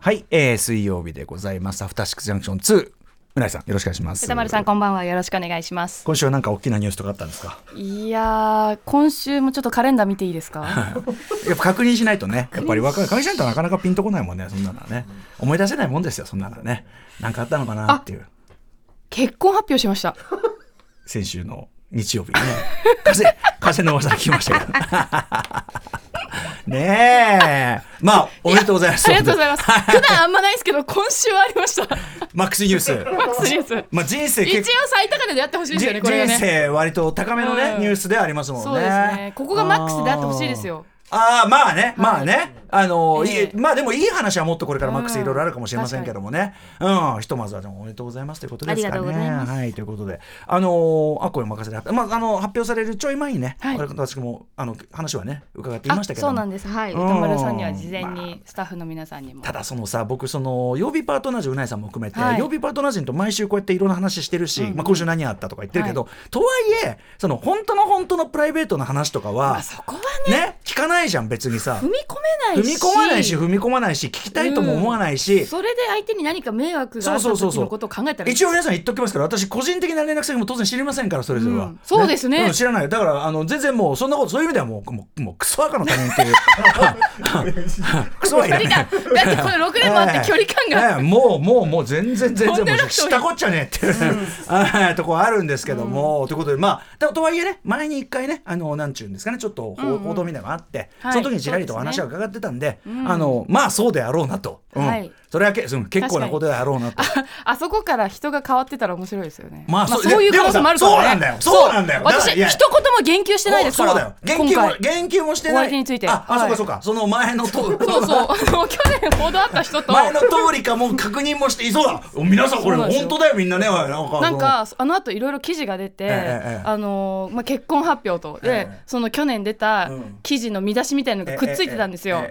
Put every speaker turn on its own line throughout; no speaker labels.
はい、えー、水曜日でございます。アフターシックスジャンクション2。村井さん、よろしくお願いします。
歌丸さん、こんばんは。よろしくお願いします。
今週はなんか大きなニュースとかあったんですか。
いや今週もちょっとカレンダー見ていいですか。
やっぱ確認しないとね、やっぱり若い、会社員となかなかピンとこないもんね、そんなのね。思い出せないもんですよ、そんなのね。なんかあったのかなっていう。
結婚発表しました。
先週の日曜日ね。風、風の噂聞きましたけど。 ねえ。まあ、おめでとうございます。
ありがとうございます。普段あんまないですけど、今週はありました。
マックスニュース。
マックスニュース。
まあ、人生
一応最高値でやってほしいですよね、
人生割と高めのね、ニュースでありますもんね。そうです
ね。ここがマックスであってほしいですよ。
ああ、まあね、まあね。あの、えまあでもいい話はもっとこれからマックスいろいろあるかもしれませんけどもね。うん、ひとまずはでもおめでとうございますということですかね。ありがとうございます。はい、ということで、あの、あこれ任せで、まあ、あの、発表されるちょい前にね、私も、あの、話はね、伺っていましたけど
そうなんです。はい。歌丸さんには事前に、スタッフの皆さんにも。
ただそのさ、僕、その、曜日パートナー陣、うないさんも含めて、曜日パートナー陣と毎週こうやっていろんな話してるし、まあ今週何あったとか言ってるけど、とはいえ、その、本当の本当のプライベートの話とかは、
そこはね、
聞かないじゃん、別にさ。
踏み込めない
踏み込まないし踏み込まないし聞きたいとも思わないし、うん、
それで相手に何か迷惑があった時のことを考えたら
一応皆さん言っときますから私個人的な連絡先も当然知りませんからそれぞれは、
うん、そうですね、
ね、知らないだからあの全然もうそんなことそういう意味ではもうもうもうクソ赤の他人っていう
クソはいらないだってこれ6年もあって距離感が、
えーえー、もうもうもう全然全然もうしたこっちゃねっていう、うん、とこあるんですけども、うん、ということでまあとはいえね前に一回ねあのなんちゅうんですかねちょっと報道みたいなのがあって、うんうん、その時にちらりとお話を伺ってたんで、はいで、うん、あのまあそうであろうなと、うん、はい、それはけ、うん、結構なことであろうなと
あそこから人が変わってたら面白いですよね
まあ、、
まあ、そういう可能性もあるから
ね、そうなんだよそうなんだよ
私一言も言及してないですから
そうだよ言及も言及もしてない
について
あ、あ、はい、そうかそうかその前のと
そうそう 去年ほどあった人と
前の通りかも確認もしていそうだ皆さんこれ本当だよみんなね
なんかあの後いろいろ記事が出て、ええ、あのまあ結婚発表とで、え、その去年出た記事の見出しみたいのがくっついてたんですよ、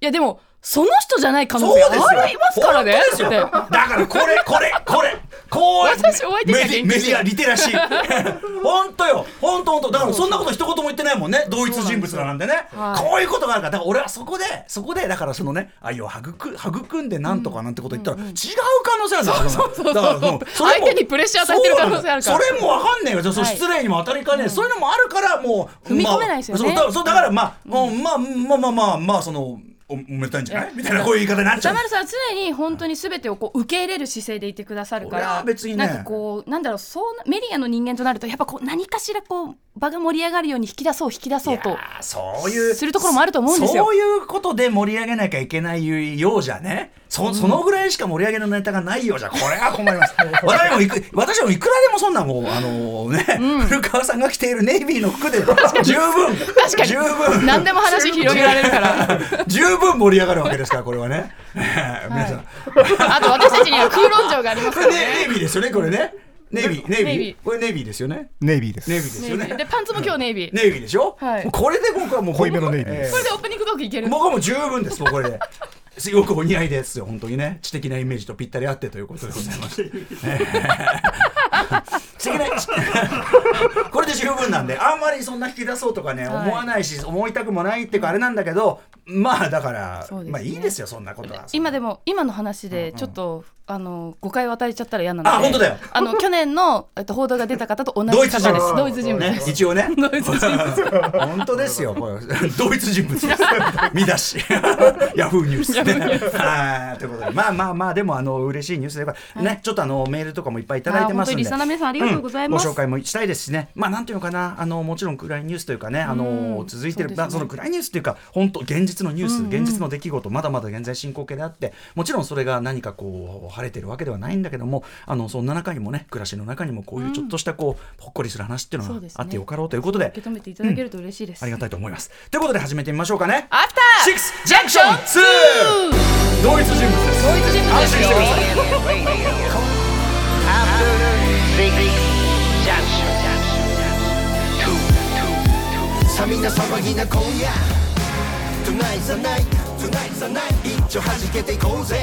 いやでもその人じゃない可能性ありますからね
だからこれこれこれこう
私お相
メ
手
ディメディアリテラシー 本当よ本当本当だからそんなこと一言も言ってないもんね同一人物だなんでね、はい、こういうことがあるからだから俺はそこでそこでだからそのね愛を育育んでなんとかなんてこと言ったら、うんうん、違う可能性あるんだから
そうそうそう 相手にプレッシャー与えてる可能性あるから
それもわかんねえよ、はい、失礼にも当たりかねえ、うん、そういうのもあるからも
う踏み込めないですよね、
まあ、そうだからまあ、うん、まあまあまあまあまあそのおめでたいんじゃないみたいなこういう言い方になっちゃう。
田丸さんは常に本当にすべてをこう受け入れる姿勢でいてくださるから、
別に、
ね、なんかこうなんだろうそうメディアの人間となるとやっぱこう何かしらこう場が盛り上がるように引き出そう引き出そうと
そういう
するところもあると思うんですよ。
そういうことで盛り上げなきゃいけないようじゃね。そそのぐらいしか盛り上げのネタがないようじゃこれは困ります私もいく私もいくらでもそんなもうあのね、うん、古川さんが着ているネイビーの服で十分
確かに十分何でも話広げられるから
十分盛り上がるわけですからこれはね皆さん、
あと私たちには空論城がありますからね
ネイビーですよねこれねネイビー、ネイビー、これネイビーですよね。
ネイビーです。
ネイビーですよね。
で、パンツも今日ネイビー。
ネイビーでしょ
はい。
これで僕はもう、
濃いめのネイビー。
これでオープニングトークいける。
僕はもう十分です、もうこれで。すごくお似合いですよ、本当にね。知的なイメージとぴったり合ってということでございまして。知的な、これで十分なんで、あんまりそんな引き出そうとかね、思わないし、思いたくもないっていうか、あれなんだけど、まあだから、まあいいですよ、そんなことは。
今でも、今の話で、ちょっと、あの誤解を与えちゃったら嫌なので
あ本当だよ
あの去年の、えっと、報道が出た方と同じ方ですドイツ人物
一応ね
ドイツ人 物
本当です よドイツ人物 見出しヤフーニュース はいということでまあまあまあでもあの嬉しいニュースでねちょっとあのメールとかもいっぱいいただいてますんで、
リスナーの皆さんありがとうございます
ご紹介もしたいですしねまあなんていうのかなあのもちろん暗いニュースというかねあの続いてるそ,、その暗いニュースというか本当現実のニュース現実の出来事まだまだ現在進行形であってもちろんそれが何かこう晴れてるわけではないんだけどもあのそんな中にもね暮らしの中にもこういうちょっとしたこう、うん、ほっこりする話っていうのがあってよかろうということで、ね、
受け止めていただけると嬉しいです、
うん、ありがたいと思いますということで始めてみましょうかね
アフターシックス
ジャンクション 2! 同一人物です
同一人物ですよ
さあみんな騒ぎな今夜 Tonight's the night Tonight's the night 一丁弾けていこうぜ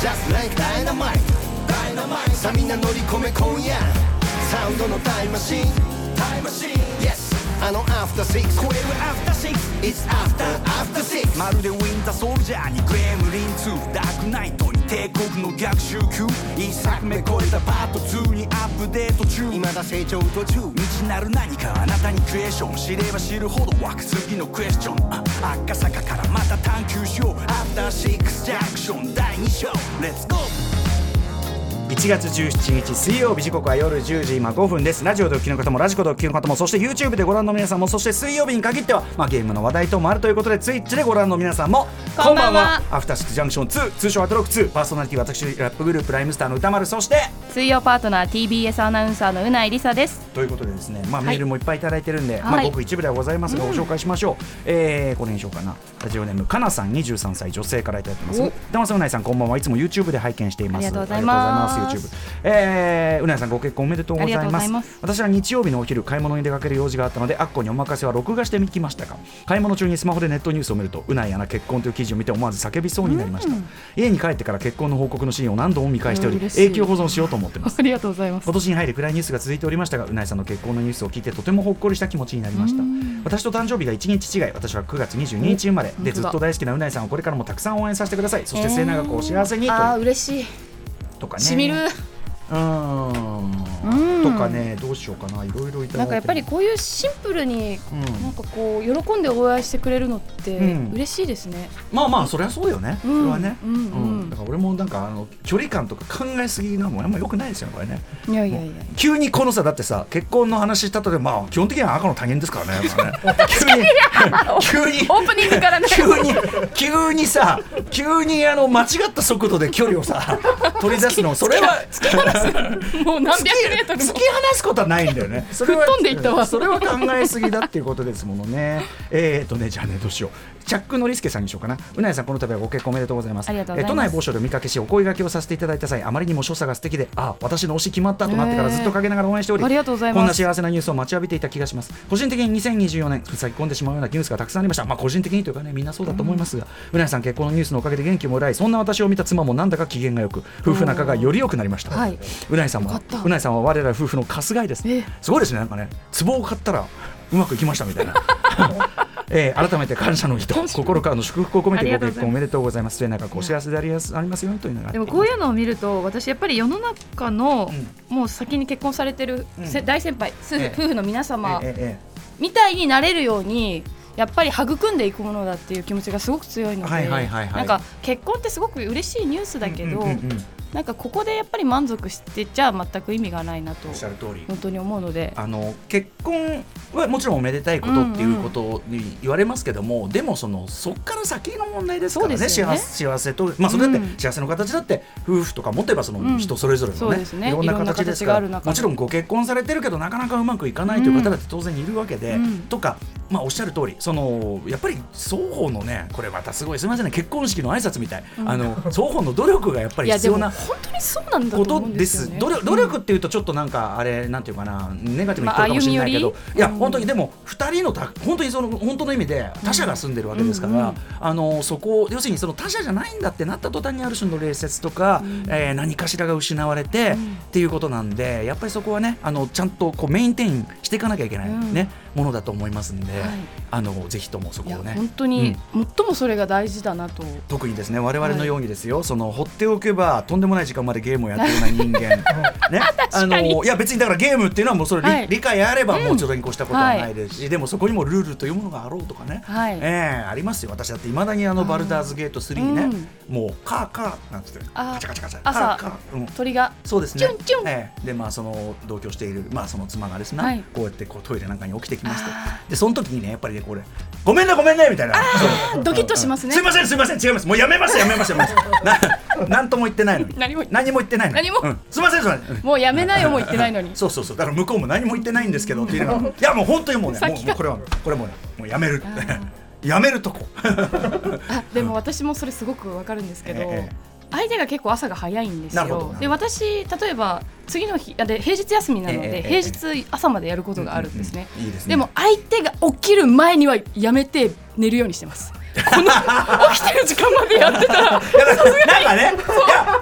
Just like dynamite, dynamite さあみんな乗り込め今夜サウンドのタイムマシンタイムマシン Yes ああのアフターシックスこれはアフターシックス It's after after six
まるでウィンターソルジャーにグレムリン2ダークナイトに帝国の逆襲級一作目超えたパート2にアップデート中
未だ成長途中
未知なる何かあなたにクエスチョン知れば知るほど湧く次のクエスチョンあ赤坂からまた探求しようアフターシックスジャンクション第2章 Let's go!
1月17日水曜日時刻は夜10時今5分ですラジオでお聞きの方もラジコでお聞きの方もそして YouTube でご覧の皆さんもそして水曜日に限っては、まあ、ゲームの話題等もあるということで Twitch でご覧の皆さんも
こんばんは
アフターシックスジャンクション2通称アトロック2パーソナリティ私ラップグループライムスターの歌丸そして
水曜パートナー TBS アナウンサーのうないりさです
ということでですね、まあ、メ
はい
ールもいっぱいいただいてるんで、ま
は
あ、
い
僕一部ではございますがご紹介しましょう、えーこれにしようかなラジオネームかなさん23歳女性からいただいてます
お
玉さんうないさんこんばんはいつも YouTube で拝見しています
ありがとうございます
ありがとうございます YouTube えーうなやさんご結婚おめでとうござい
ありがとう
ま
ご
す
ざいます
私は日曜日のお昼買い物に出かける用事があったのでアッコにお任せは録画してみきましたが買い物中にスマホでネットニュースを見るとうないやな結婚という記事を見て思わず叫びそうになりました、家に帰ってから結婚の報告のシーンを何度も見返しており
うん嬉しい
永久保存しようと思ってます
ありがとうございます
今年に入り暗いニュースが続いておりましたがうないさんの結婚のニュースを聞いてとてもほっこりした気持ちになりました私と誕生日が1日違い私は9月22日生まれ
お
でず
本当だ
っと大好きなうないさんをこれからもたくさん応援させてくださいそして末永くお幸せにと,、
あー嬉しい
とかね
しみる
うーん
うん
とかねどうしようかないろいろいただて
ないんかやっぱりこういうシンプルに
うん
なんかこう喜んでお会いしてくれるのって
うん
嬉しいですね、
まあまあそりゃそうよね、
うん
それはね、
うんうん
だから俺もなんかあの距離感とか考えすぎなのもあんま良くないですよねこれね
いやいやいや
急にこのさだってさ結婚の話したとでまあ基本的には赤の他人ですからね やっぱね急に 急に
オープニングからね
急に急にさ急にあの間違った速度で距離をさ取り出すのそれは突き
もう何百メートル
突
も
き放すことはないんだよねそれは
吹っ飛んでいったわ
それは考えすぎだっていうことですものねえっとねじゃあねどうしようチャックのりすけさんにしようかなうなやさんこの度はご結婚おめでとうございます
ありがとうございます
えー都内某所でお見かけしお声掛けをさせていただいた際あまりにも所作が素敵であ私の推し決まったとなってからずっとかけながら応援しており
ありがとうございます
こんな幸せなニュースを待ちわびていた気がします個人的に2024年塞ぎ込んでしまうようなニュースがたくさんありましたまあ個人的にというかねみんなそうだと思いますがうなやさん結婚のニュースのおかげで元気もらいそんな私を見た妻もなんだか機嫌がよく夫婦仲がより良くなりました
はいう
なやさんも
よかった
うなやさんは我ら夫婦のかすがいです、
ええ
すごいですねなんかね壺を買ったらうまくいきましたみ たいなえー改めて感謝の人心からの祝福を込めてご結婚おめでとうございます末永くお幸せでありますありますようにというのが
でもこういうのを見ると私やっぱり世の中の
もう先に結婚されてる、
うん
せ大先輩夫婦,、
ええ
夫婦の皆様
えええ
みたいになれるようにやっぱり育んでいくものだっていう気持ちがすごく強いので、
はいはいはいはい
なんか結婚ってすごく嬉しいニュースだ
え
けど、
うんうんうんうん
なんかここでやっぱり満足してちゃ全く意味がないなと
おっしゃる通り
本当に思うので
あの結婚はもちろんおめでたいことっていうことに言われますけども、でもそのそっから先の問題ですからね
そうですよね
幸せ幸せと、まあ、それだっ
うん
て幸せの形だって夫婦とか持てばその
ん
人それぞれの
そう
ね,、
ですね
いろんない
ろんな
形ですか
形が
ら
ある中で
もちろんご結婚されてるけどなかなかうまくいかないという方だって当然いるわけで、
うん
とか。まあ、おっしゃる通りそのやっぱり双方のねこれまたすごいすみませんね結婚式の挨拶みたい、あの双方の努力がやっぱ
い
り
や
必
で
要
も
な
本当にそうなんだ
ことと
思うん
で
ですよ
す
ね。
努力努力っていうとちょっとなんかあれなんていうかなネガティブに聞こえるかもしれないけど、
ま
いや
うん
本当にでも2人のた本当にその本当の意味で他者が住んでるわけですから、
うんうん
あのそこを要するにその他者じゃないんだってなった途端にある種の礼節とか、えー何かしらが失われて、っていうことなんでやっぱりそこはねあのちゃんとこうメインテインしていかなきゃいけない、
うん
ねものだと思いますんで、
はい
あのぜひともそ
い
こ
や
をね。
本当に最もそれが大事だなと、
特にですね我々のようにですよ、その放っておけばとんでもない時間までゲームをやってるような人 間ねあのいや別にだからゲームっていうのはもうそれ、理
はい
理解あればもうちょっとに越したことはないですし、でもそこにもルールというものがあろうとかね、
はい
ええありますよ私だっていまだにあのバルダーズゲート3ね、
うん
もうカーカーなんつって
あー
カチャカチャカチャ
朝
カーカー、うん
鳥が
そうですね。
チュンチュン
ええでまあその同居しているまあその妻がですね、
はい
こうやってこうトイレなんかに起きてきまして
あ、
でその時にねやっぱりねこれごめんねごめんねみたいな。そう
ドキッとしますね
うんうんすいませんすいません違いますもうやめますやめますやめ ます。ななんとも言ってないのに。
何も言って
何も言ってないのに。
何も
うんすいませんすいません。
もうやめない思いってないのに
そうそうそうだから向こうも何も言ってないんですけどっていうのがいやもう本当にもうねもうも
先
う
が
これはこれもうねもうやめる やめると こ。
あでも私もそれすごくわかるんですけど、
えええ
相手が結構朝が早いんです
なるほどなるほ
よ
ど
で私例えば次の日あで平日休みなの
ええ
で、
ええ
平日朝までやることがあるんですね、
うんうんうんいいですね
でも相手が起きる前にはやめて寝るようにしてますこの起きてる時間までやってたら
いやだからなんかねい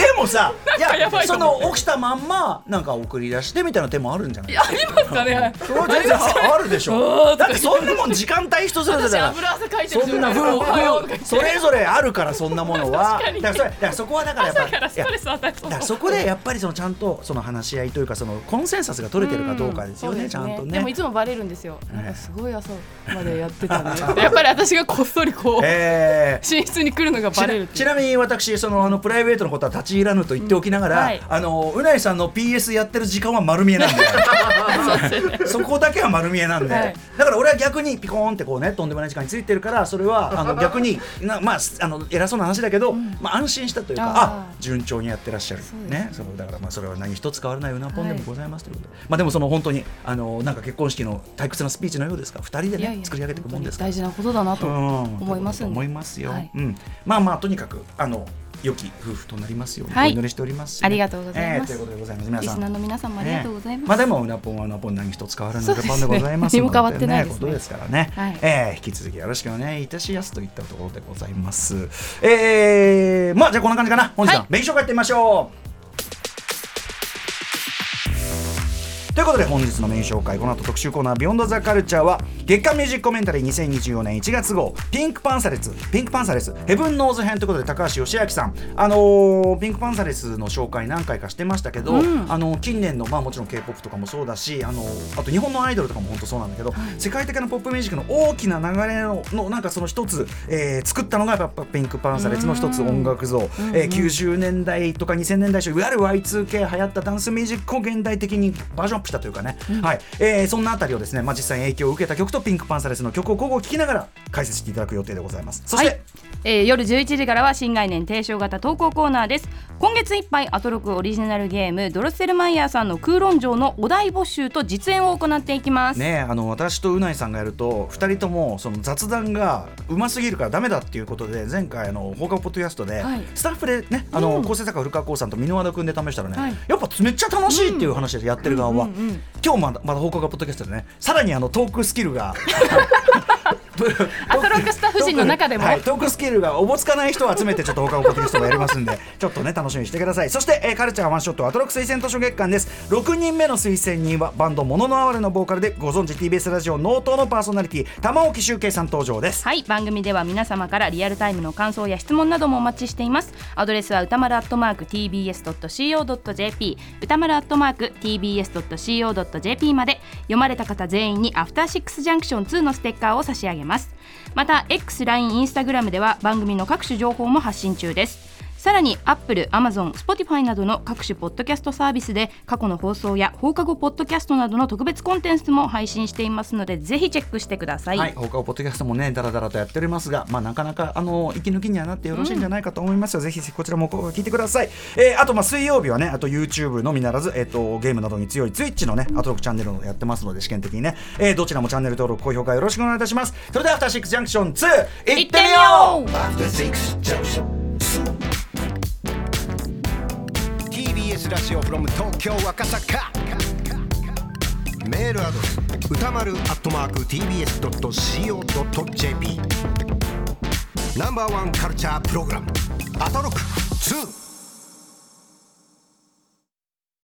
やでもさいや
やばいか
そ
も
の起きたまんまなんか送り出してみたいな手もあるんじゃない
ありますかね
それは全然あるでしょだってそんなもん時間帯人それぞれ
私
だから
油汗かいてる
そんな
おはようとか
分
言って
それぞれあるからそんなものは
確かに
だからそれだからそこはだからやっぱ
朝
り
から
い
ス
や
トレス与えそ
だ
う
からそこでやっぱりそのちゃんとその話し合いというかそのコンセンサスが取れてるかどうかですよね、
うん
ち
そ
ゃ
う
と
んでもい
ね。
つもバレるんですよ。なんかすごい朝までやってたね。やっぱり私がこっそりこう
えー
寝室に来るのがバレるっていう
ちなちなみに私そのあのプライベートのことは立ち入らぬと言っておきながら、
うんはい
あのうないさんの PS やってる時間は丸見え なんでそこだけは丸見えなんで、
はい
だから俺は逆にピコーンってこうねとんでもない時間についてるからそれはあの逆になまあすあの偉そうな話だけど、まあ安心したというか
あ
あ
ー
順調にやってらっしゃる
うですね
ねそうだからまあそれは何一つ変わらないうなぽんでもございますということで、まあでもその本当にあのなんか結婚式の退屈なスピーチのようですが二人でね
いやいや
作り上げていくもんですから
本当に大事なことだなと思います
うんん
で
思いますよ、
はい
うん、まあまあとにかくあの良き夫婦となりますように、
はい
お祈りしておりますしね、
ありがとうございま
ええと
す
いうことでございます皆
リス
さん
ナーの皆さんもありがとうございます。
ねまあでもうなぽんはうなぽん何一つ変わらな
そ
いう
です
ジャ
ね
パンでございますの
何も変わってないですね
ことですからね、
はい
ええ引き続きよろしくお願いいたしますといったところでございますえー、まあじゃあこんな感じかな本日
は
はい名紹介やってみましょうということで本日のメイン紹介この後特集コーナー「ビヨンドザカルチャーは月刊ミュージックコメンタリー2024年1月号ピンクパンサレスピンクパンサレスヘブンノーズ編ということで高橋義明さんあのーピンクパンサレスの紹介何回かしてましたけど、あの近年のまあもちろん K-POP とかもそうだしあのあと日本のアイドルとかも本当そうなんだけど、世界的なポップミュージックの大きな流れののなんかその一つ、えー作ったのがやっぱピンクパンサレスの一つ音楽像、えー90年代とか2000年代初いわゆる Y2K 流行ったダンスミュージックを現代的にバージョンアップしたというかね、はいえーそんなあたりをですね、まあ、実際に影響を受けた曲とピンクパンサレスの曲を交互聴きながら解説していただく予定でございますそして、
はいえー夜11時からは新概念提唱型投稿コーナーです今月いっぱいアトロクオリジナルゲームドロッセルマイヤーさんの空論城のお題募集と実演を行っていきます、
ねえあの私とうないさんがやると2人ともその雑談がうますぎるからダメだっていうことで前回あの放課後ポッドキャストで、
はい
スタッフでねあの、構成作家古川光さんと箕輪田君で試したらね、
はい
やっぱめっちゃ楽しいっていう話でやってる側は、今日まだまだ放課後ポッドキャストでねさらにあのトークスキルが
アトロックスタッフ陣の中でも
はい、トークスキルがおぼつかない人を集めてちょっと放課後ポッドキャストもやります んでちょっとね楽しみにしてくださいそして、えーカルチャーワンショットアトロック推薦図書月間です6人目の推薦人はバンドモノノアワレのボーカルでご存知 TBS ラジオ納刀のパーソナリティ玉置周慶さん登場です
はい番組では皆様からリアルタイムの感想や質問などもお待ちしていますアドレスは歌丸アットマーク tbs.co.jp 歌丸アットマーク tbs.co.jp まで読まれた方全員にアフターシックスジャンクション2のステッカーを差し上げますまた XLINE インスタグラムでは番組の各種情報も発信中ですさらに Apple、Amazon、Spotify などの各種ポッドキャストサービスで過去の放送や放課後ポッドキャストなどの特別コンテンツも配信していますのでぜひチェックしてください、
はい、放課後ポッドキャストもね、だらだらとやっておりますが、まあ、なかなか、あの、息抜きにはなってよろしいんじゃないかと思いますよ。ぜひ、こちらも聞いてください。えーあと、まあ、水曜日はね、あと YouTube のみならず、えっ、と、ゲームなどに強い Twitch のね、アトロックチャンネルをやってますので、試験的にね、えーどちらもチャンネル登録、高評価よろしくお願いいたします。それでは、アフターシックスジャンクション2、いってみよう
After Six Junction TBS ラジオ from 東京赤坂メールアドレス歌丸アットマーク TBS.CO.JP ナンバーワンカルチャープログラムアトロック2